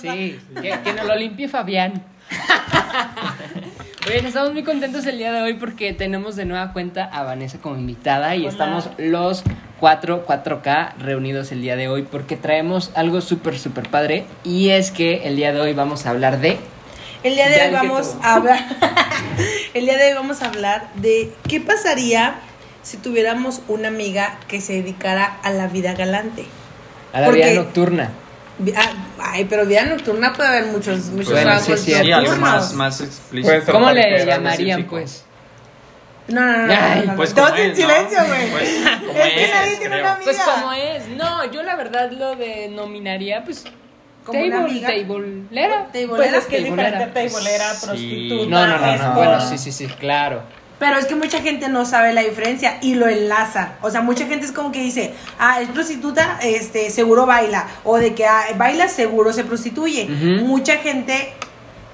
Sí, que, que nos lo limpie Fabián. Oigan, estamos muy contentos el día de hoy porque tenemos de nueva cuenta a Vanessa como invitada y Hola. estamos los 4, 4K reunidos el día de hoy porque traemos algo súper, súper padre y es que el día de hoy vamos a hablar de... El día de Ya hoy dije vamos todo. a hablar. El día de hoy vamos a hablar de qué pasaría si tuviéramos una amiga que se dedicara a la vida galante. A la ¿Por vida qué? nocturna. Vi- ah, Ay, pero vida nocturna puede haber muchos, muchos Bueno, rasgos sí es cierto. Sí, algo más, nocturnos. más explícito. Puede ser ¿Cómo para que le sea llamarían específico. pues? No, no, no. no, Ay, no, no, Pues Todos como en es, ¿no? silencio, güey. Pues como es que es, nadie tiene creo. una amiga. Pues como es, no, yo la verdad lo denominaría pues Como table, una amiga. tablera. Teibolera. Pues es que es Teibolera. diferente teibolera, Sí. prostituta. No, no, no, pues, no. escort. Bueno, sí, sí, sí, claro. Pero es que mucha gente no sabe la diferencia y lo enlaza. O sea, mucha gente es como que dice, ah, es prostituta, este, seguro baila. O de que ah, baila, seguro se prostituye. Ujú. Mucha gente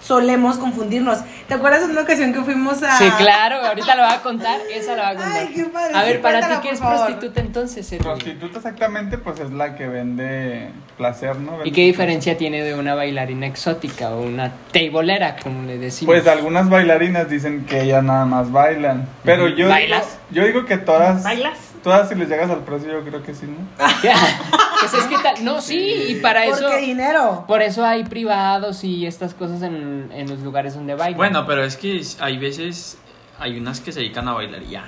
solemos confundirnos. ¿Te acuerdas de una ocasión que fuimos a... Sí, claro, ahorita lo va a contar, esa la va a contar. Ay, qué padre, A sí, ver, para ti, cuéntala, ¿qué por es favor. prostituta entonces, Edwin? Prostituta exactamente, pues es la que vende placer, ¿Y ¿no? Vende- qué diferencia tiene de una bailarina exótica o una teibolera, como le decimos? Pues algunas bailarinas dicen que ellas nada más bailan. Pero Ujú. yo ¿Bailas? digo, yo digo que todas, ¿Bailas? todas si les llegas al precio, yo creo que sí, ¿no? pues es que tal, no, sí, y para eso Porque dinero. por eso hay privados y estas cosas en, en los lugares donde bailan. Bueno, pero es que hay veces, hay unas que se dedican a bailar y ya.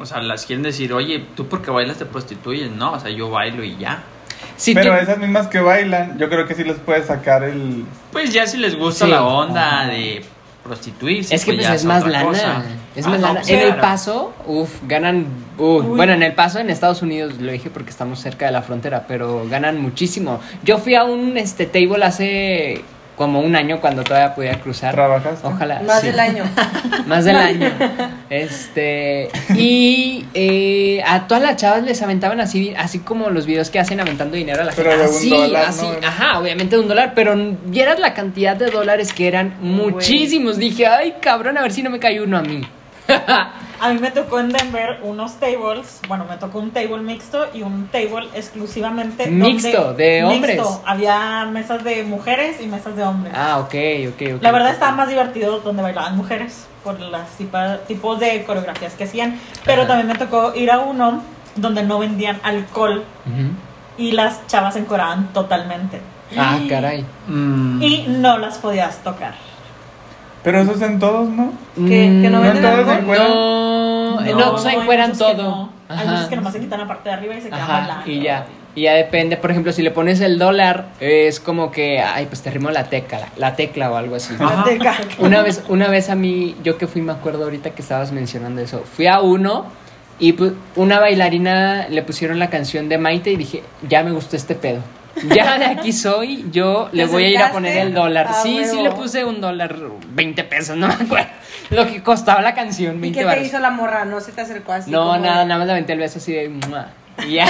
O sea, las quieren decir, oye, tú porque bailas te prostituyes. No, o sea, yo bailo y ya. si Pero tú- esas mismas que bailan, yo creo que sí les puede sacar el... Pues ya si les gusta Sí. la onda de prostituirse. Es que pues ya es más otra lana. cosa. Es Ah, más no, lana. pues, En El claro. Paso, uff, ganan. uy, Uy. Bueno, en El Paso, en Estados Unidos, lo dije porque estamos cerca de la frontera, pero ganan muchísimo. Yo fui a un este table hace como un año cuando todavía podía cruzar. ¿Trabajaste? Ojalá. Más sí, del año. Más del año. Este. Y eh, a todas las chavas les aventaban así, así como los videos que hacen aventando dinero a la Pero gente. de un así, dólar, así. ¿no? Ajá, obviamente de un dólar. Pero vieras la cantidad de dólares que eran muchísimos. Dije, ay, cabrón, a ver si no me cae uno a mí. A mí me tocó en Denver unos tables, bueno, me tocó un table mixto y un table exclusivamente Mixto, de hombres. Había mesas de mujeres y mesas de hombres. Ah, ok, ok, ok. La verdad estaba más divertido donde bailaban mujeres por los tipos de coreografías que hacían, pero Ajá. también me tocó ir a uno donde no vendían alcohol Ujú. y las chavas se encoraban totalmente Ah, caray. Mm. y no las podías tocar. Pero eso es en todos, ¿no? Que- que no Mm, venden ¿No todos se alcohol. encueran? No, eh, no, hay se encueran muchos que todo. no. Hay muchos que Ajá. nomás se quitan la parte de arriba y se quedan Ajá, bailando. y ya. Y ya depende, por ejemplo, si le pones el dólar, eh, es como que, ay, pues te rimó la tecla, la, la tecla o algo así. Ajá. Una vez, una vez a mí, yo que fui, me acuerdo ahorita que estabas mencionando eso, fui a uno y pu- una bailarina le pusieron la canción de Maite y dije, ya me gustó este pedo. Ya de aquí soy, yo le ¿Te voy a ir a acercaste? poner el dólar. Ah, sí, sí huevo. le puse un dólar, 20 pesos, no me acuerdo. Lo que costaba la canción, ¿Y 20 qué te varos. hizo la morra? ¿No se te acercó así? No, como nada, de- nada más le aventé el beso así de... "Mua", Y ya.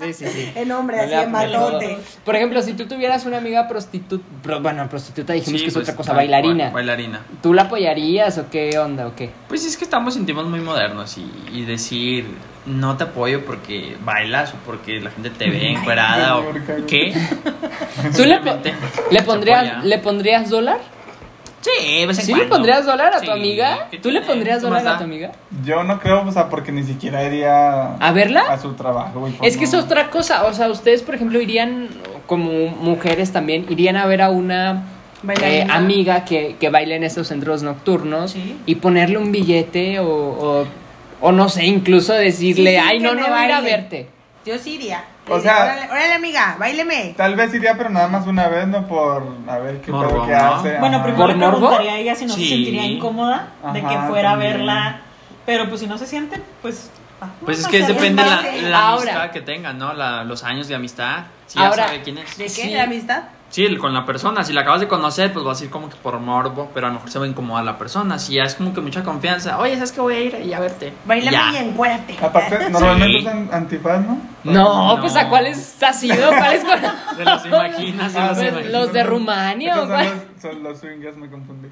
Sí, sí, sí. En hombre, No así le de aprendí todo. malote. Por ejemplo, si tú tuvieras una amiga prostituta, bueno, prostituta dijimos Sí, que es pues, otra cosa, tal bailarina. cual, Bailarina. ¿Tú la apoyarías o qué onda o qué? Pues es que estamos sentimos muy modernos y, y decir no te apoyo porque bailas o porque la gente te ve encuerada o Señor, qué. ¿Tú le, po- Obviamente, le se apoya. pondrías, le pondrías dólar? Sí, de vez en ¿Sí le cuando. pondrías dólar a tu Sí, amiga? ¿qué ¿Tú le tiene? pondrías ¿Qué más dólar a da? tu amiga? Yo no creo, o sea, porque ni siquiera iría ¿A verla? a su trabajo. güey, pues Es que es no. otra cosa. O sea, ustedes, por ejemplo, irían, como mujeres también, irían a ver a una eh, Bailarina. amiga que, que baila en estos centros nocturnos Sí. y ponerle un billete o, o, o no sé, incluso decirle, Sí, sí, ay, que no, me no voy a ir a baile". verte. Yo sí iría. O O sea- sea, órale, órale, amiga, baileme. Tal vez iría, pero nada más una vez, ¿no? Por a ver qué Morbo, pedo que ¿no? hace. Bueno, ajá. primero ¿Por le morbo? preguntaría a ella si no Sí. se sentiría incómoda de que Ajá, fuera a también. verla. Pero pues si no se siente, pues. ah, Pues es no que sé, depende la, no sé. la Ahora. amistad que tengan, ¿no? La- los años de amistad. Si ya Ahora. sabe quién es. ¿De qué? Sí. ¿De la amistad? Sí, el- con la persona. Si la acabas de conocer, pues vas a ir como que por morbo, pero a lo mejor se va a incomodar la persona. Si ya es como que mucha confianza. Oye, ¿sabes que voy a ir ahí a verte? Bailame Ya. y encuérdate. Aparte, normalmente usan antifaz, ¿no? No, No. pues a cuáles ha sido, cuáles con... Te los imaginas, te Ah, los sí, Pues, imaginas. los de Esos son- Rumania o Estos cuál. Ah, son los, son los swingers, me confundí.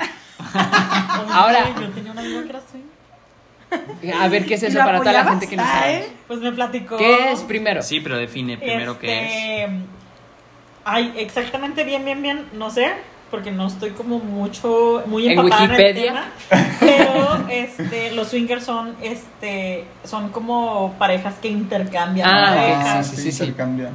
Ahora. Yo tenía una amiga que era así. A ver, ¿qué es ¿Y eso lo para toda la apoyabas? gente que no Ah, sabe? ¿eh? Pues me platicó. ¿Qué es primero? Sí, pero define primero qué es. este, Ay, exactamente bien, bien, bien, no sé, porque no estoy como mucho, muy ¿En empapada en, Wikipedia? el tema. Pero este, los swingers son, este, son como parejas que intercambian Ah, ok, parejas. sí, sí, sí. intercambian.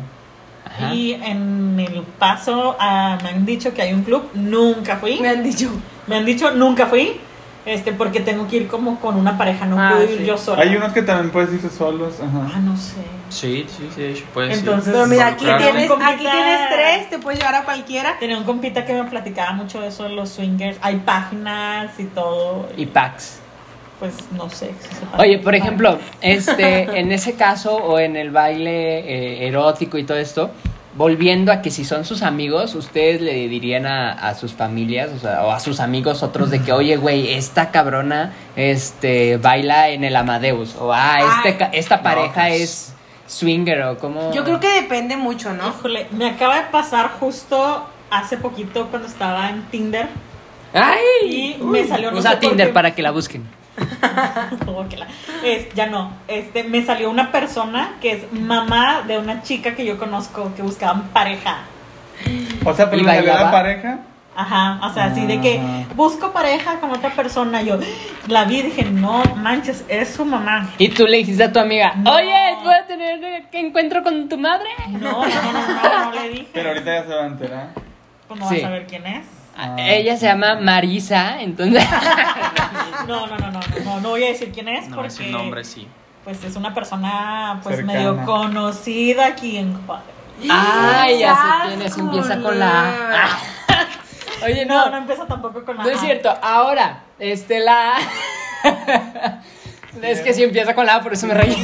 Ajá. Y en el paso ah, me han dicho que hay un club, nunca fui. Me han dicho. Me han dicho nunca fui, este, porque tengo que ir como con una pareja, no Ah, puedo ir sí. yo sola. Hay unos que también puedes irse solos. Ah, Ajá. no sé. Sí, sí, sí, de hecho, puede ser. Entonces- Pero mira, aquí Claro. tienes, Complicado. aquí tienes tres, te puedes llevar a cualquiera. Tenía un compita que me platicaba mucho de eso de los swingers. Hay páginas y todo. Y packs. pues no sé. si se parece. Oye, por ejemplo, este, en ese caso o en el baile eh, erótico y todo esto, volviendo a que si son sus amigos, ustedes le dirían a, a sus familias, o, sea, o a sus amigos otros de que, oye, güey, esta cabrona, este, baila en el Amadeus, o ah, este, ca- esta pareja pues. es swinger o como. Yo creo que depende mucho, ¿no? Híjole, me acaba de pasar justo hace poquito cuando estaba en Tinder Ay. y me salió no Usa sé por Tinder qué- para que la busquen. Oh, que la- es- ya no, este me salió una persona que es mamá de una chica que yo conozco que buscaban pareja. O sea, pero ¿Y le salió bailaba? la pareja. Ajá, o sea, así de que Ajá. busco pareja con otra persona. Yo, la vi, dije, no manches, es su mamá. Y tú le dijiste a tu amiga, No. oye, voy a tener eh, encuentro con tu madre. No, no, no, no, no le dije. Pero ahorita ya se va a enterar. Pues no Sí. vas a ver quién es. Ah, Ah. Ella se llama Marisa, entonces. No, no, no, no, no, no, no voy a decir quién es No, porque ese nombre sí. pues es una persona pues Cercana. medio conocida aquí en Juárez. Ay, ya sé quién tienes, es, empieza con la A. Oye, No, no, no no, empieza tampoco con la es A. cierto. Ahora, este la Es que si empieza con la A, por eso me reí.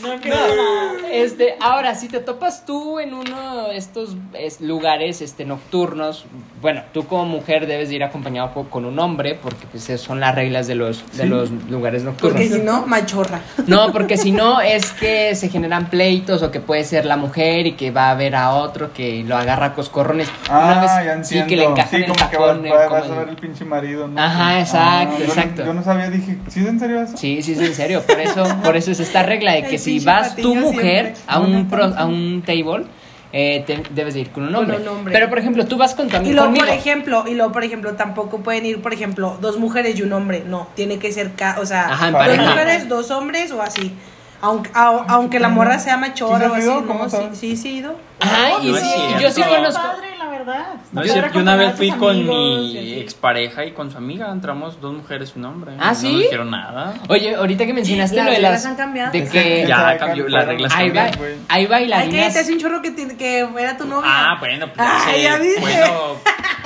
No empieza con la A. Este, ahora, si te topas tú en uno de estos es, lugares este, nocturnos, bueno, tú como mujer debes de ir acompañado po- con un hombre, porque pues, esas son las reglas de los, de los lugares nocturnos. Porque si no, machorra. No, porque si no es que se generan pleitos o que puede ser la mujer y que va a ver a otro que lo agarra a coscorrones. Una Ah, vez- ya entiendo. pues, Sí, que le encajan Sí, el como que tacón, vas, el- vas- como vas a el- ver el pinche marido, ¿no? Ah, Ajá, exacto, yo no- exacto. Yo no, sabía, dije, ¿sí es en serio eso? Sí, sí, es en serio. Por eso, por eso es esta regla de que El si pinche vas tu patiño mujer siempre. a No, un, no, pro- no. a un table, eh, te- debes de ir con un hombre. un hombre. Pero, por ejemplo, tú vas con tu Y amigo. luego, por conmigo. ejemplo, y luego, por ejemplo, tampoco pueden ir, por ejemplo, dos mujeres y un hombre. No, tiene que ser, ca- o sea, Ajá, en dos pareja. mujeres, dos hombres o así. Aunque, au- aunque la morra sea machorra ¿Sí o has así, ido? ¿no? ¿Cómo Sí, sabes? sí, sí, he ido. Ajá, y No es sí, cierto. yo sí Está conozco. padre, la verdad. No Yo es cierto, era yo una acompañada vez de fui tus con amigos y mi así. expareja y con su amiga entramos dos mujeres y un hombre. ¿Ah, sí? No nos dijeron nada. Oye, ahorita que mencionaste Y lo las de reglas las. han cambiado. De que. Ya. Sabe cambió, cuál las fueron. reglas Hay, cambian, ba- güey. hay Ay, que bailarinas. te hace un chorro que, te- que era tu novia. Ah, bueno, pues ya Ah, sé. ya viste. Bueno,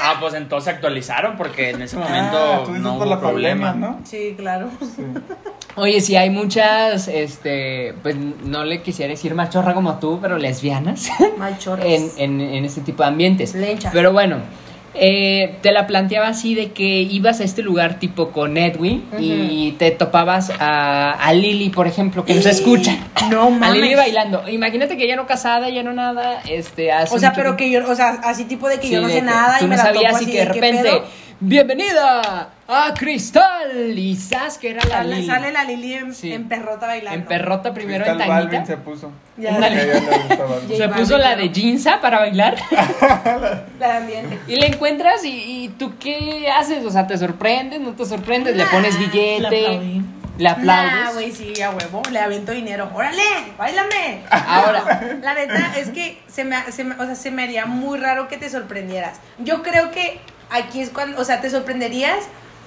ah, pues entonces se actualizaron porque en ese este momento Ah, tú dices no por hubo la problema. problema, ¿no? pues. Sí, claro. Sí. Oye, sí, hay muchas, este, pues no le quisiera decir machorra como tú, pero lesbianas Machorras. en, en, en este tipo de ambientes. Lenchas. Pero bueno, eh, te la planteaba así de que ibas a este lugar tipo con Edwin y te topabas a, a Lili, por ejemplo, que nos escucha. No A Lili mames. bailando. Imagínate que ya no casada, ya no nada, este, hace O sea, mucho pero tiempo- que yo, o sea, así tipo de que yo Sí, no de sé que nada Tú y me no la sabías topo así y que de repente, bienvenida a Cristal. Y sas que era la Sale, Lili. sale la Lili en, Sí. en perrota bailando. En perrota primero en Cristal Balvin se tanguita. puso. Ya. Porque a ella le gusta Balvin. J Se Balvin, puso la claro. de jeansa para bailar La de ambiente. y la encuentras y, y tú qué haces, o sea, te sorprendes, no te sorprendes, le pones La billete, aplaudí. le Nah, aplaudes. güey, sí, a huevo. Le avento dinero. ¡Órale! ¡Báilame! Ahora, La neta es que se me, se me- o sea, se me haría muy raro que te sorprendieras. Yo creo que aquí es cuando, o sea, te sorprenderías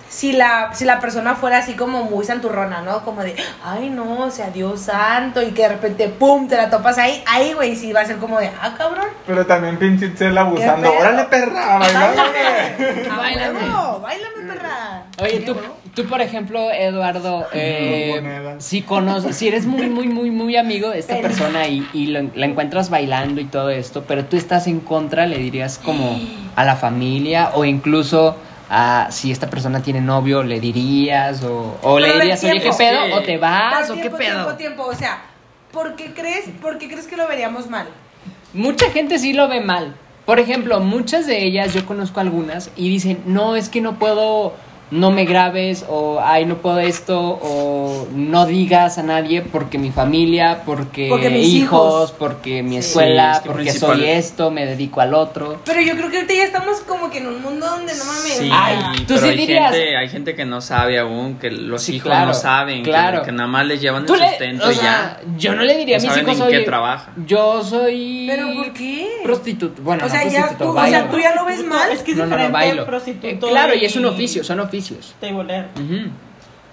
si la, si la persona fuera así como muy santurrona, ¿no? Como de, ay, no, o sea, Dios santo, y que de repente, pum, te la topas ahí, ahí, güey, sí va a ser como de, ah, cabrón. Pero también pinche Chela abusando. ¿Qué pedo? ¡Órale, perra! a bailar, güey! ¡Báilame! Báilame. ¡Báilame, báilame perra! Ah, Mm. Oye, Sí, tú, a huevo. tú por ejemplo, Eduardo, eh, monedas. si conoces, si eres muy, muy, muy, muy amigo de esta Pero- persona y, y lo- la encuentras bailando y todo esto, pero tú estás en contra, le dirías como a la familia o incluso a si esta persona tiene novio, le dirías o, o Pero a le ver, dirías, oye, ¿qué tiempo. pedo? Sí. ¿O te vas? Pero ¿O qué tiempo, pedo? tiempo, tiempo, o sea, ¿por qué crees, por qué crees que lo veríamos mal? Mucha gente sí lo ve mal. Por ejemplo, muchas de ellas, yo conozco algunas y dicen, no, es que no puedo no me grabes o ay no puedo esto o no digas a nadie porque mi familia, porque, Porque mis hijos. hijos, porque mi Sí. escuela, Sí, es que porque principal- soy esto, me dedico al otro. Pero yo creo que ahorita ya estamos como que en un mundo donde no mames. Sí, Ay, tú pero sí hay, dirías. gente, hay gente que no sabe aún, que los Sí, hijos claro, no saben, que- claro. que, nada más les llevan Tú el le- sustento o y sea, ya. yo no le diría a No mis saben hijos en qué oye, trabaja". Yo soy ¿Pero por qué? prostituto, bueno, O no sea, ya prostituto, tú- o bailo. sea, tú ya lo ves mal. Es que es no, no, diferente no, bailo. prostituto. Eh, claro, y es un oficio, son oficios. Tableer. Ujú.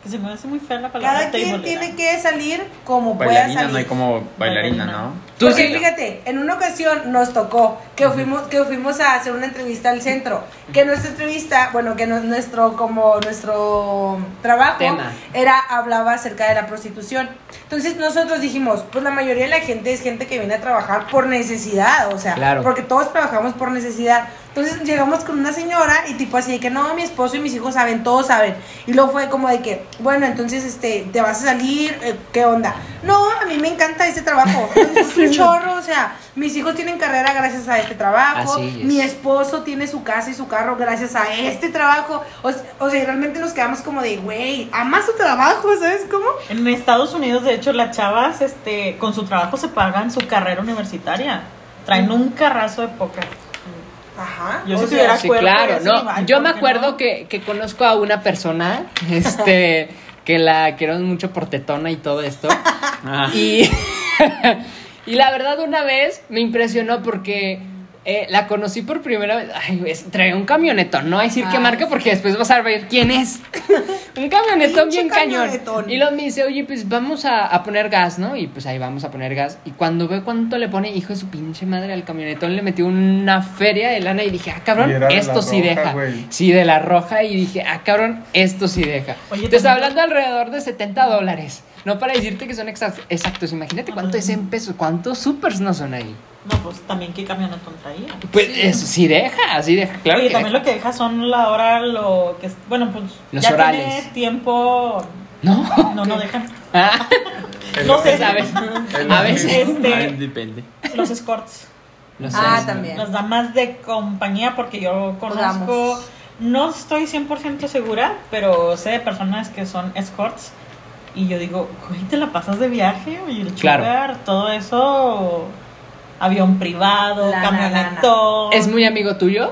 Que se me hace muy fea la palabra. Cada quien tableera. tiene que salir como pueda Bailarina, salir. no hay como bailarina, Bailarina. ¿no? Tú Porque sí. fíjate, en una ocasión nos tocó que fuimos, que fuimos a hacer una entrevista al centro, que nuestra entrevista, bueno, que no- nuestro como nuestro trabajo Tema. era hablaba acerca de la prostitución. Entonces nosotros dijimos, pues la mayoría de la gente es gente que viene a trabajar por necesidad, o sea, Claro. porque todos trabajamos por necesidad. Entonces llegamos con una señora y tipo así de que no, mi esposo y mis hijos saben, todos saben. Y luego fue como de que, bueno, entonces este, te vas a salir, eh, ¿qué onda? No, a mí me encanta este trabajo. Es un chorro, o sea, mis hijos tienen carrera gracias a este trabajo. Así es. Mi esposo tiene su casa y su carro gracias a este trabajo. O, s- o sea, y realmente nos quedamos como de, güey, amas tu trabajo, ¿sabes cómo? En Estados Unidos, de hecho, las chavas este, con su trabajo se pagan su carrera universitaria. Traen un carrazo de poca. Ajá. Yo o si sea, tuviera Sí, acuerdo, claro, yo sí, no. ay, Yo ¿por me qué acuerdo no? que, que conozco a una persona, este, que la quiero mucho por tetona y todo esto. Ah. Y, y la verdad, una vez me impresionó porque eh, la conocí por primera vez. Ay, es- traía un camionetón. No voy a decir qué Ay, marca porque después vas a ver quién es. un camionetón Pinche bien cañón. camionetón. Y lo me dice, oye, pues vamos a, a poner gas, ¿no? Y pues ahí vamos a poner gas. Y cuando ve cuánto le pone, hijo de su pinche madre, al camionetón le metió una feria de lana y dije, ah, cabrón, Y era de esto la sí roja, deja. güey. Sí, de la roja. Y dije, ah, cabrón, esto sí deja. Oye, Te está también- hablando alrededor de 70 dólares. No para decirte que son exact- exactos. Imagínate cuánto es en pesos, cuántos supers no son ahí. No, pues también qué camionetón traía. Pues eso sí deja, sí deja, claro. Oye, que también deja. lo que deja son la hora, lo que es, bueno, pues Los ya tiene orales. tiempo, No. no, no dejan. Ah, No sé, pues, a veces. El- A veces. Este- Ay, depende. Los escorts, Los Ah, seis, ¿no? también. las damas de compañía, porque yo conozco, Damos. no estoy 100% segura, pero sé de personas que son escorts. Y yo digo, güey, te la pasas de viaje, y el Claro. sugar, todo eso, avión privado, Lana, camionetón. ¿Es muy amigo tuyo?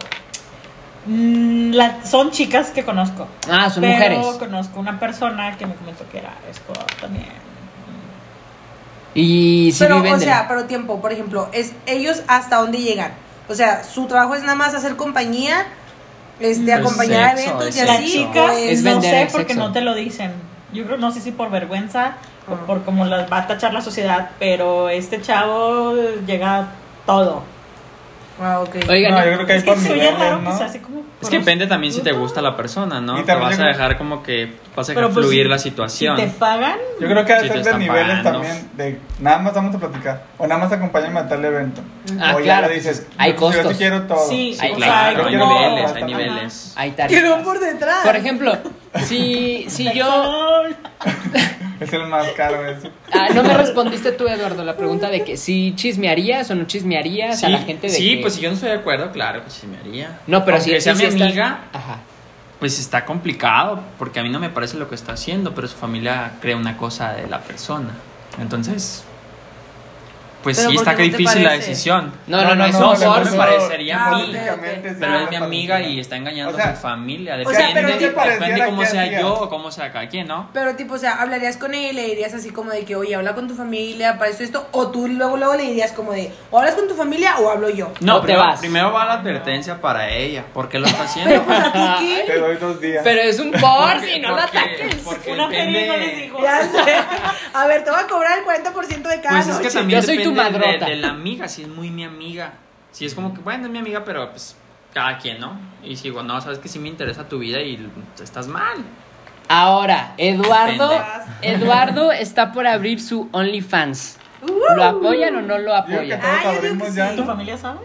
Mm, la- son chicas que conozco. Ah, son pero mujeres. conozco una persona que me comentó que era escort también. Y si pero, viven o de- sea, pero tiempo, por ejemplo, es ellos hasta dónde llegan. O sea, su trabajo es nada más hacer compañía, este, Pues acompañar sexo, eventos y es Las así. pues, sexo. chicas, o Es no vender sé el porque sexo. no te lo dicen. Yo creo, no sé si por vergüenza o Ah. por cómo las va a tachar la sociedad, pero este chavo llega a todo. Ah, ok. Oigan, No, yo- yo creo que hay Es que por soy raro niveles, que ¿no? sea así como. Es que depende también si te gusta la persona, Y ¿no? Te también vas a como- dejar como que vas a dejar Pero, pues, fluir si- la Si situación. te pagan, Yo creo que Sí, hay te ser de están niveles pagando. también, de nada más vamos a platicar, o nada más acompáñame a tal evento. Ah, o ya claro, le dices, hay yo- Yo costos. te quiero todo. Sí, sí, o sea, Claro, yo hay quiero- niveles, hay Ajá. niveles. hay tarifas. Quiero por detrás. Por ejemplo, si, si yo... Sol. Es el más caro ese. Ah, no me respondiste tú, Eduardo, la pregunta de que si chismearías o no chismearías a la gente de sí, que- pues si yo no estoy de acuerdo, claro que sí me haría. No, pero Aunque si sea sí, mi sí estás- amiga, Ajá. pues está complicado, porque a mí no me parece lo que está haciendo, pero su familia cree una cosa de la persona. Entonces, pues Pero sí ¿por está qué no te difícil la parece? decisión. No, no, no, es no, un no, force. me parece, sería a mí. Políticamente, sí, Pero no es mi me amiga parece. y está engañando O sea, a su familia. o sea, Depende, pero ¿qué pareciera depende cómo que sea hacías? yo o cómo sea cada quien, ¿no? Pero tipo, o sea, hablarías con él y le dirías así como de que, oye, habla con tu familia para esto, esto, o tú luego, luego le dirías como de, o hablas con tu familia o hablo yo. No No, te primero, vas. primero va la advertencia para ella. ¿Por qué lo está haciendo? O sea, ¿tú qué? Te doy dos días. Pero es un por si no lo Porque- ataques. porque Una feria no les depende- dijo. Ya sé. A ver, te voy a cobrar el 40% de cada Pues es noche. que también yo soy tu depende de- madrota. De, la amiga, si es muy mi amiga. Si es como que, bueno, es mi amiga, pero pues cada quien, ¿no? Y si digo, no, sabes que sí me interesa tu vida y estás mal. Ahora, Eduardo, Pendejas. Eduardo está por abrir su OnlyFans. Uh. ¿Lo apoyan o no lo Yo creo que apoyan? todos Ah, yo digo abrimos que ya. sí. ¿Tu familia sabe?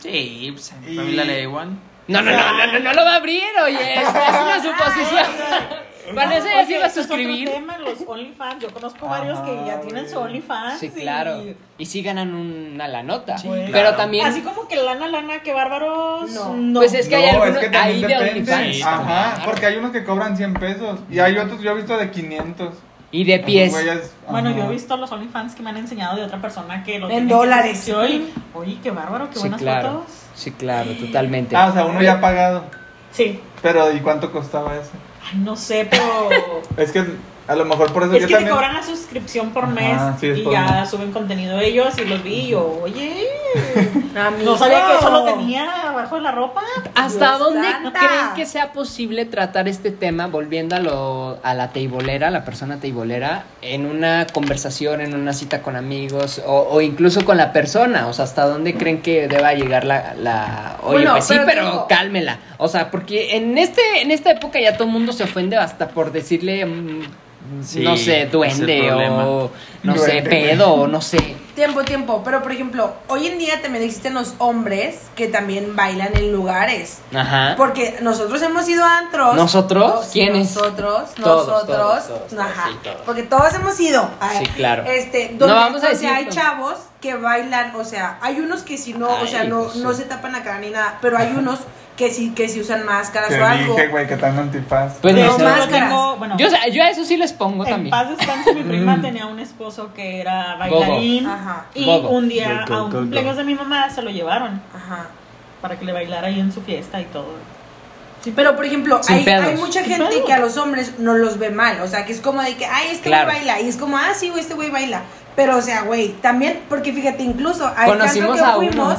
Sí, pues a mi Y- familia le da igual. No, no, no, no, no, no lo va a abrir, oye. Es una suposición. Bueno, eso ya Oye, se iba a ese es otro suscribir. tema, los OnlyFans. Yo conozco varios que Ajá, ya tienen su güey. OnlyFans. Sí, y- claro. Y sí ganan una la nota. Ah, Sí, Pero claro. también. Así como que lana, lana, que bárbaros. No. No. Pues es que hay no, algunos. es que hay también de depende. OnlyFans. Ajá, claro. porque hay unos que cobran 100 pesos y hay otros, yo he visto de 500. Y de pies. Esos güeyes, Bueno, ajá. yo he visto los OnlyFans que me han enseñado de otra persona que lo En tiene dólares. que ofreció y- Oye, qué bárbaro, qué Sí, buenas claro. fotos. Sí, claro, totalmente. Ah, o sea, uno ya ha pagado. Sí. Pero, ¿y cuánto costaba eso? Ay, no sé, pero. Es que a lo mejor por eso es yo que te también. cobran la suscripción por Ajá, mes sí, es y por ya mes. suben contenido ellos y los vi y yo, oye. Amigo. No sabía que eso lo tenía abajo de la ropa. ¿Hasta Dios dónde santa. creen que sea posible tratar este tema, volviendo a, lo, a la teibolera, la persona teibolera, en una conversación, en una cita con amigos o, o incluso con la persona? O sea, ¿hasta dónde creen que deba llegar la... la- Oye, Bueno, pues sí, pero pero digo- cálmela. O sea, porque en, este, en esta época ya todo el mundo se ofende hasta por decirle, mm, Sí, no sé, es el duende problema. o, no sé, Duende. pedo o no sé. Tiempo, tiempo. Pero, por ejemplo, hoy en día también existen los hombres que también bailan en lugares. Ajá. Porque nosotros hemos ido a antros. ¿Nosotros? No, sí, ¿Quiénes? Nosotros, Todos, nosotros. todos, todos, todos, ajá. sí, todos. Porque todos hemos ido. a- Sí, claro. Este, No donde, vamos a donde decir- hay chavos que bailan, o sea, hay unos que si no, o sea, Ay, no, pues, no sí. se tapan la cara ni nada, pero hay unos que sí, que sí usan máscaras Te o algo. dije, güey, que tan antifaz. Pues De no hecho, sé. yo máscaras. tengo- bueno, Yo, yo a eso sí les pongo En también. paz descanse, mi prima tenía un esposo que era bailarín. Gogo. Ajá. Y Gogo. un día, Go, go, a un go, go. cumpleaños de mi mamá, se lo llevaron Ajá. para que le bailara ahí en su fiesta y todo. Sí, pero por ejemplo, Sin hay, pedos. hay mucha Sin gente pedos. que a los hombres no los ve mal. O sea, que es como de que, ay, este Claro. güey baila. Y es como, ah, sí, güey, este güey baila. Pero, o sea, güey, también, porque fíjate, incluso a este antro Conocimos que a uno. fuimos,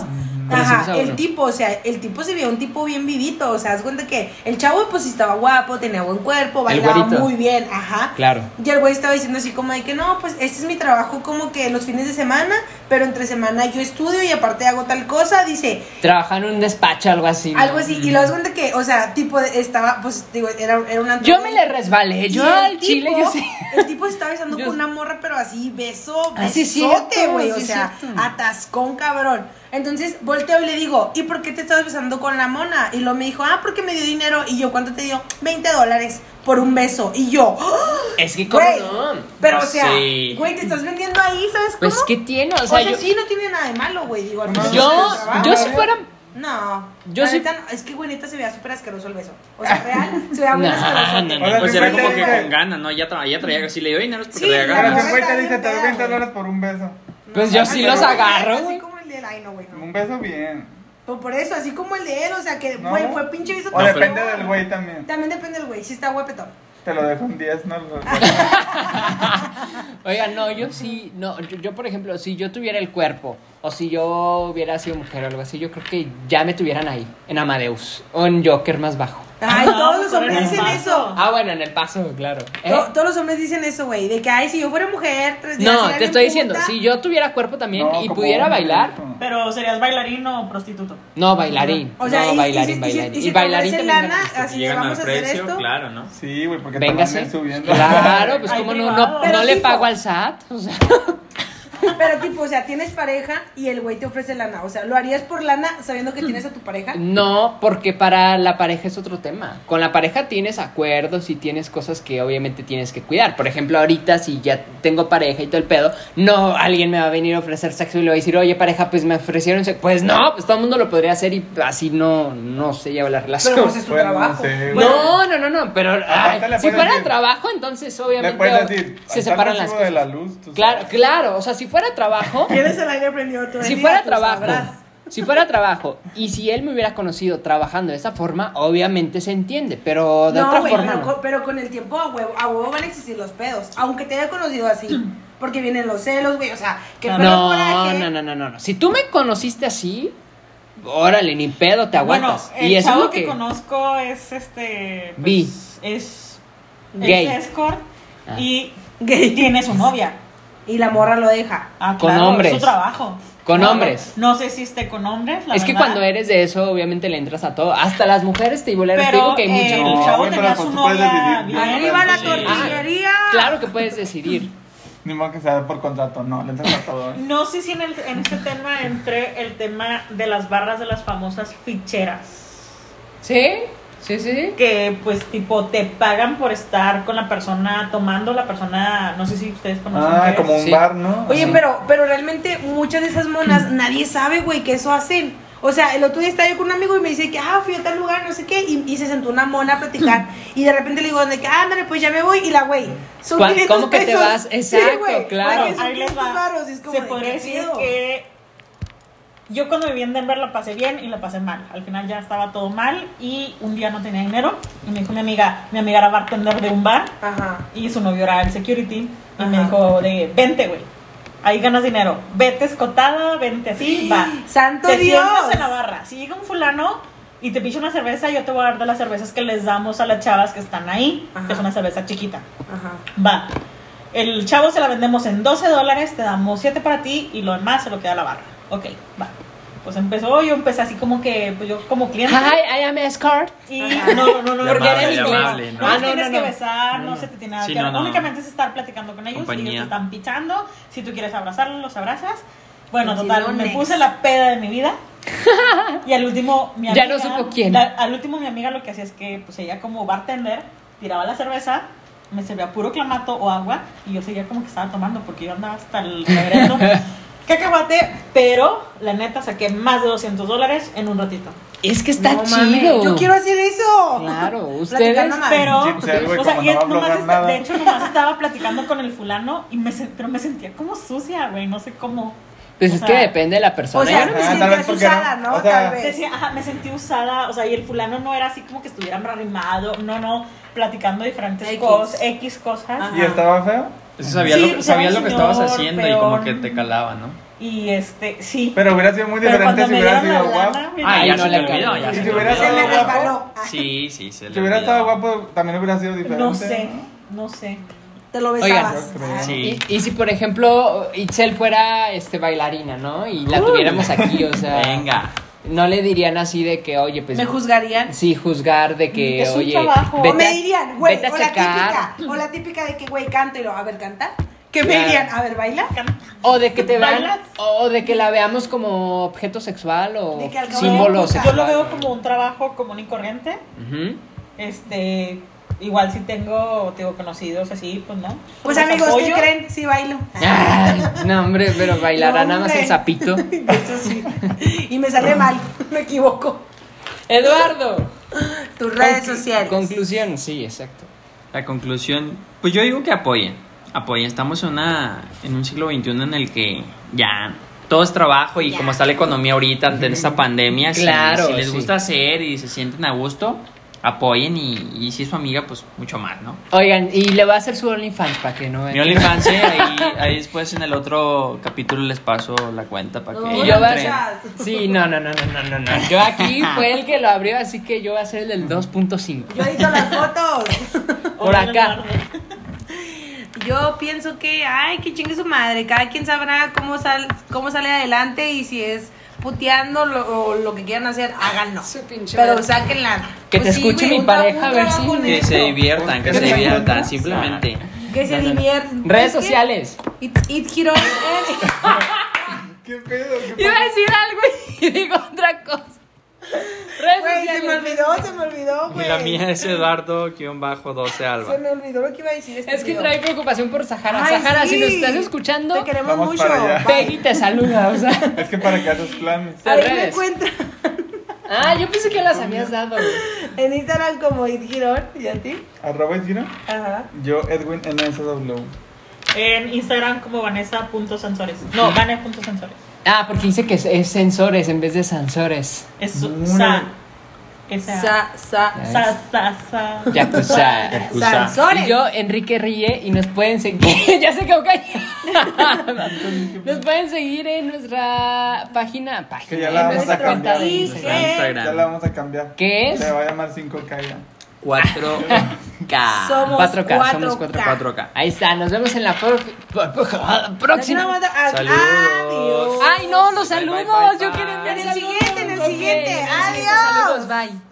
Conocimos ajá, a uno. el tipo, o sea, el tipo se veía un tipo bien vivito. O sea, haz cuenta que el chavo, pues sí estaba guapo, tenía buen cuerpo, bailaba güerito. muy bien, ajá. Claro. Y el güey estaba diciendo así como de que no, pues este es mi trabajo como que los fines de semana, pero entre semana yo estudio y aparte hago tal cosa, dice, Trabajar en un despacho, algo así. ¿no? algo así. Y luego das cuenta que, o sea, tipo, de- estaba, pues, digo, era, era una. Mm. Yo me le resbalé. Yo al chile, yo sí. El tipo se estaba besando Yo- con una morra, pero así, beso, Ah, sí es besote, cierto, güey. sí o es sea, cierto. atascón, cabrón. Entonces volteo y le digo, ¿y por qué te estabas besando con la mona? Y luego me dijo, ah, porque me dio dinero. Y yo, ¿cuánto te dio? 20 dólares por un beso. Y yo, ¡ah! Es que, ¿cómo güey. no? Pero, No o sea, sé. güey, te estás vendiendo ahí, ¿sabes cómo? Pues, ¿qué tiene? O sea, yo, sí, no tiene nada de malo, güey. Digo, al menos yo, es tu trabajo. yo si fuera. No. Yo la sí- neta, no. es que güey, neta se veía súper asqueroso el beso. O sea, real, se veía muy No, asqueroso. Ah, no, Ahora Pues sí era fue como que que dije- con ganas, ¿no? Ya, tra ya traía así, le dio dinero es porque Sí, le la Pero morra agarras. si el güey está bien te dice, te doy peda, 20 güey. dólares por un beso. Pues No, yo así sí como los el de- agarro, güey. Así como el de él, ay no, güey, no. Un beso bien. Pues por eso, así como el de él, o sea, que No. güey, fue pinche beso. O No, también. depende del güey también. También depende del güey, si está guapetón. Te lo dejo en 10, no lo Ah, Oiga, no, yo sí, no, yo, yo, por ejemplo, si yo tuviera el cuerpo, o si yo hubiera sido mujer o algo así, yo creo que ya me tuvieran ahí, en Amadeus, o en Joker más bajo. Ay, No, todos los pero hombres en el dicen paso. eso. Ah, bueno, en el paso, claro. ¿Eh? To- Todos los hombres dicen eso, güey, de que ay, si yo fuera mujer, tres días No, sería te bien estoy diciendo, puta. si yo tuviera cuerpo también No, y como pudiera hombre, bailar, no. Pero serías bailarín o prostituto. no, bailarín. O sea, no, y- y, bailarín, si- y si- bailarín. y si te bailarín ofrecen también lana, ganaste. así de Llegan vamos al a hacer precio, esto. claro, ¿no? Sí, güey, porque te van a Véngase. ir subiendo. Claro, pues Ay, como no, privado. no, Pero no le dijo- pago al SAT. O sea, Pero tipo, o sea, tienes pareja y el güey te ofrece lana. O sea, ¿lo harías por lana sabiendo que tienes a tu pareja? no, porque para la pareja es otro tema. Con la pareja tienes acuerdos y tienes cosas que obviamente tienes que cuidar. Por ejemplo, ahorita si ya tengo pareja y todo el pedo, no, alguien me va a venir a ofrecer sexo y le va a decir, oye pareja, pues me ofrecieron sexo. Pues no, pues todo el mundo lo podría hacer y así no, no se lleva la relación. Pero pues es tu Bueno, trabajo. sí, güey. No, no, no, no, pero ay, le si puedes fuera decir- trabajo, entonces Le obviamente puedes decir, se separan las de cosas. la luz. tú Claro, sabes. claro, o sea, si fuera trabajo, Tienes el aire prendido todo el si día, fuera tú trabajo, sabrás. si fuera trabajo y si él me hubiera conocido trabajando de esa forma, obviamente se entiende, pero de No, otra güey, forma pero, no. con- pero con el tiempo a huevo, a huevo van a existir los pedos. Aunque te haya conocido así. Porque vienen los celos, güey. O sea, que No, pedo No, coraje. no, no, no, no, no. Si tú me conociste así, órale, ni pedo, te aguantas. Bueno, el y eso es chavo lo que... que, conozco es este. pues, Bi. Es. Gay. Es escort. Ah. Y Gay. tiene su novia. Y la morra lo deja. Ah, Con claro, hombres. Es su trabajo. Con No, hombres. No sé si esté con hombres. La es que verdad. cuando eres de eso, obviamente le entras a todo. Hasta las mujeres te te Pero eh, digo que hay muchas el No, chavo güey, pero tenía pues su tú puedes novia. decidir, bien. ¿no? ¡Arriba Ah, la Sí. tortillería! Ah, Claro que puedes decidir. Ni modo que sea por contrato, no, le entras a todo. ¿eh? No sé si en, el- en este tema entre el tema de las barras de las famosas ficheras. ¿Sí? Sí, sí, sí. que pues tipo te pagan por estar con la persona tomando la persona no sé si ustedes conocen Ah, qué como es. un Sí. bar, ¿no? Oye, Sí. pero, pero realmente muchas de esas monas nadie sabe, güey, que eso hacen. O sea, el otro día estaba yo con un amigo y me dice que, ah, fui a tal lugar, no sé qué, y, y se sentó una mona a platicar. Y de repente le digo, de que, ándale, pues ya me voy. Y la güey, son ¿Cuál- 500 cómo que te pesos. vas? Sí, Exacto, güey, claro. porque son Ahí les 500 va. varos, y es como se de, podría ¿qué decir pedo? que yo cuando viví en Denver la pasé bien y la pasé mal al final ya estaba todo mal y un día no tenía dinero y me dijo mi amiga mi amiga era bartender de un bar Ajá. y su novio era el security y me Ajá. dijo de vente güey ahí ganas dinero vete escotada vente así va ¡Santo te Dios! sientas en la barra. Si llega un fulano y te pide una cerveza, yo te voy a dar de las cervezas que les damos a las chavas que están ahí, Ajá. que es una cerveza chiquita. Ajá. Va. El chavo se la vendemos en 12 dólares, te damos 7 para ti y lo demás se lo queda la barra. Ok, va. Pues empezó, yo empecé así como que, pues yo como cliente. Hi, I am escort. Y Ajá. no, no, no, no, Llamable, porque era en inglés. llamable, no, ¿no? Ah, no, tienes no, que no. besar, no, No, no. se te tiene nada Sí, que no, no. Únicamente es estar platicando con ellos y ellos Compañía. te están pichando. Si tú quieres abrazarlos, los abrazas. Bueno, Y si total, no, me next. puse la peda de mi vida. Y al último, mi Ya amiga. no supo quién. la- al último, mi amiga lo que hacía es que, pues ella como bartender, tiraba la cerveza. Me servía puro clamato o agua y yo seguía como que estaba tomando porque yo andaba hasta el reverendo cacahuate, pero la neta saqué más de 200 dólares en un ratito. Es que está No mames, chido. Yo quiero hacer eso. Claro, Platicando ustedes- más. Pero, Sí, pues, güey, o sea, como y no es- va a nomás lograr esta- nada. de hecho, nomás estaba platicando con el fulano, y me, sen- pero me sentía como sucia, güey, no sé cómo. Pues o es sea, que depende de la persona. O sea, Yo no creo te que Ajá, tal vez sentías porque no. usada, ¿no? O sea, Tal vez. Decía, ajá, me sentí usada, o sea, y el fulano no era así como que estuviera arrimado, no, no, platicando diferentes X. cosas, X cosas. Ajá. ¿Y estaba feo? Eso sabía Sí, lo, que- pues, sabía era lo que señor, estabas haciendo y como que peón. te calaba, ¿no? Y este, sí. Pero hubiera sido muy Pero diferente cuando si me hubiera dieron la sido guapo. lana, mira, Ah, Ay, ya no se le le olvidó, caló. ya Y se si le hubiera Se me sido olvidó. guapo. resbaló. Ah, Sí, sí, se le Si hubiera olvidó. estado guapo, también hubiera sido diferente. no sé, no sé. Te lo Oigan, besabas. Ah. yo creo. Sí. Y, y si, por ejemplo, Itzel fuera este, bailarina, ¿no? Y la tuviéramos aquí, o sea. Venga. No le dirían así de que, oye, pues. Me juzgarían. Sí, juzgar de que, Es un oye. trabajo. O vete a- me dirían, güey, vete a o la checar. típica, o la típica de que, güey, canto y lo, a ver, canta. Que me Claro. dirían, a ver, baila. O de que te vean, ¿Bailas? o de que la veamos como objeto sexual o De que al cabo símbolo de la puta. sexual. Yo lo veo como un trabajo común y corriente. Ujú. Este, igual si tengo, tengo conocidos así, pues no. Pues Los amigos, ¿qué apoyo. creen? Sí bailo. Ay, no, hombre, pero bailará No, nada más el hombre. sapito. De hecho, sí. Y me sale mal, me equivoco. Eduardo. Tus redes Conclu- sociales. Conclusión, sí, exacto. La conclusión, pues yo digo que apoyen, apoyen. Estamos en, una, en un siglo XXI en el que ya todo es trabajo y Ya. como está la economía ahorita ante esta pandemia, si- Claro, si, les sí. gusta hacer y se sienten a gusto, apoyen y, y si es su amiga, pues mucho más, ¿no? Oigan, y le va a hacer su OnlyFans para que no Mi OnlyFans, eh, ahí, ahí después en el otro capítulo les paso la cuenta para que... No, Y yo voy a entren. ya. ser- Sí, no, no, no, no, no, no, no. Yo aquí fue el que lo abrió, así que yo voy a ser el del 2.5. Yo edito las fotos. Por acá. Yo pienso que, ay, que chingue su madre. Cada quien sabrá cómo, sal, cómo sale adelante y si es puteando lo- o lo que quieran hacer, háganlo. Su pinche Pero madre. sáquenla. Que te escuche mi pareja, a ver si- Que se diviertan, que se diviertan, simplemente. Que se diviertan. Redes ¿Sabes qué? sociales. It, it eh. Hirone. ¿Qué pedo? ¿Qué Iba a decir algo y digo otra cosa. Redes Güey, se me sociales. olvidó, se me olvidó, güey. Y la mía es Eduardo-12 Alba. Se me olvidó lo que iba a decir. este Es que tío. trae preocupación por Sahara. Ay, Sahara, sí. si nos estás escuchando, Te queremos Vamos mucho. para allá. Bye. Peggy te saluda, o sea. Es que para que haces planes. Al Ahí me revés. encuentran Ah, yo pensé que las habías dado. güey. en Instagram como It Girón. ¿Y a ti? Arroba Gino. Ajá. Yo, Edwin NSW. En Instagram como Vanessa.sensores. No, Vanessa.sensores. Ah, porque dice que es, es sensores en vez de sensores. Es su- Muy sa. bien. Esa. Sa, sa, Ya Sa, sa, sa. pues, Yakuza. Yakuza. Y yo, Enrique Ríe, y nos pueden seguir. ya se quedó callado. nos pueden seguir en nuestra página. Que ya página la en vamos a nuestra cuenta de cambiar. Instagram. Ya la vamos a cambiar. ¿Qué es? Se va a llamar 5K ya. 4K. Somos 4K, 4K. somos 4K. 4K. Ahí está, nos vemos en la pro- pro- pro- próxima. Saludos. Adiós. Saludos. Ay, no, los Bye, bye, saludos. bye, Yo bye. quiero ver En saludos. el siguiente, en el Ok, siguiente. en el siguiente. Adiós. Saludos, bye.